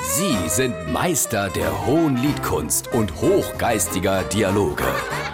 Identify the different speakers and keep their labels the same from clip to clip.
Speaker 1: Sie sind Meister der hohen Liedkunst und hochgeistiger Dialoge.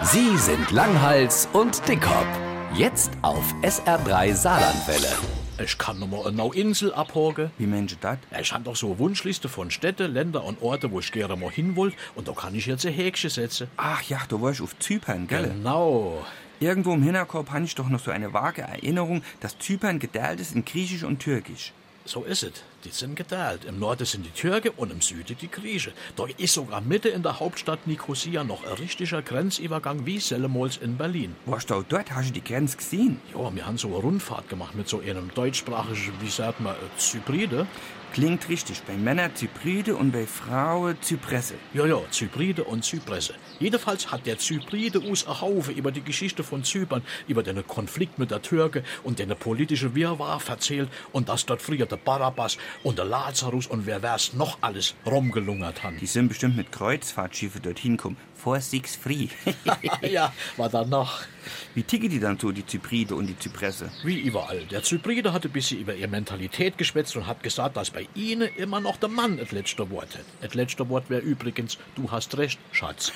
Speaker 1: Sie sind Langhals und Dickhop. Jetzt auf SR3 Saarlandwelle.
Speaker 2: Ich kann nochmal eine Insel abhaken.
Speaker 3: Wie Mensch das?
Speaker 2: Ja, Ich habe doch so eine Wunschliste von Städte, Länder und Orte, wo ich gerne mal hin wollt. Und da kann ich jetzt ein Häkchen setzen.
Speaker 3: Ach ja, da war ich auf Zypern, gell?
Speaker 2: Genau.
Speaker 3: Irgendwo im Hinterkopf habe ich doch noch so eine vage Erinnerung, dass Zypern geteilt ist in Griechisch und Türkisch.
Speaker 2: So ist es. Die sind geteilt. Im Norden sind die Türken und im Süden die Griechen. Da ist sogar Mitte in der Hauptstadt Nikosia noch ein richtiger Grenzübergang wie Sellemols in Berlin.
Speaker 3: Warst du auch dort? Hast du die Grenze gesehen?
Speaker 2: Ja, wir haben so eine Rundfahrt gemacht mit so einem deutschsprachigen, wie sagt man, äh, Zypride.
Speaker 3: Klingt richtig. Bei Männern Zypride und bei Frauen Zypresse.
Speaker 2: Ja, ja, Zypride und Zypresse. Jedenfalls hat der Zypride aus a Haufe über die Geschichte von Zypern, über den Konflikt mit der Türke und den politischen Wirrwarr erzählt und dass dort früher der Barabbas und der Lazarus und wer wär's noch alles rumgelungert haben.
Speaker 3: Die sind bestimmt mit Kreuzfahrtschiffe dorthin kommen. For six free.
Speaker 2: ja, war danach.
Speaker 3: Wie ticken die dann so, die Zypride und die Zypresse?
Speaker 2: Wie überall. Der Zypride hatte ein bisschen über ihre Mentalität geschwätzt und hat gesagt, dass bei ihnen immer noch der Mann das letzte Wort hat. Das letzte Wort wäre übrigens, du hast recht, Schatz.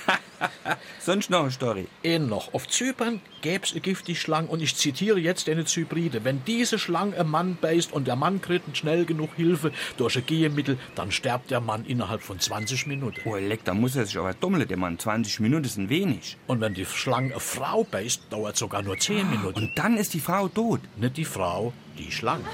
Speaker 3: Sonst noch eine Story.
Speaker 2: Ähn noch. Auf Zypern gäb's eine giftige Schlange und ich zitiere jetzt eine Zypride. Wenn diese Schlange einen Mann beißt und der Mann kriegt nicht schnell genug Hilfe durch ein Gehemittel, dann stirbt der Mann innerhalb von 20 Minuten.
Speaker 3: Oh, leck, da muss er sich aber dummeln, der Mann. 20 Minuten sind wenig.
Speaker 2: Und wenn die Schlange eine Frau beißt, dauert sogar nur 10 Minuten.
Speaker 3: Und dann ist die Frau tot.
Speaker 2: Nicht die Frau, die Schlange.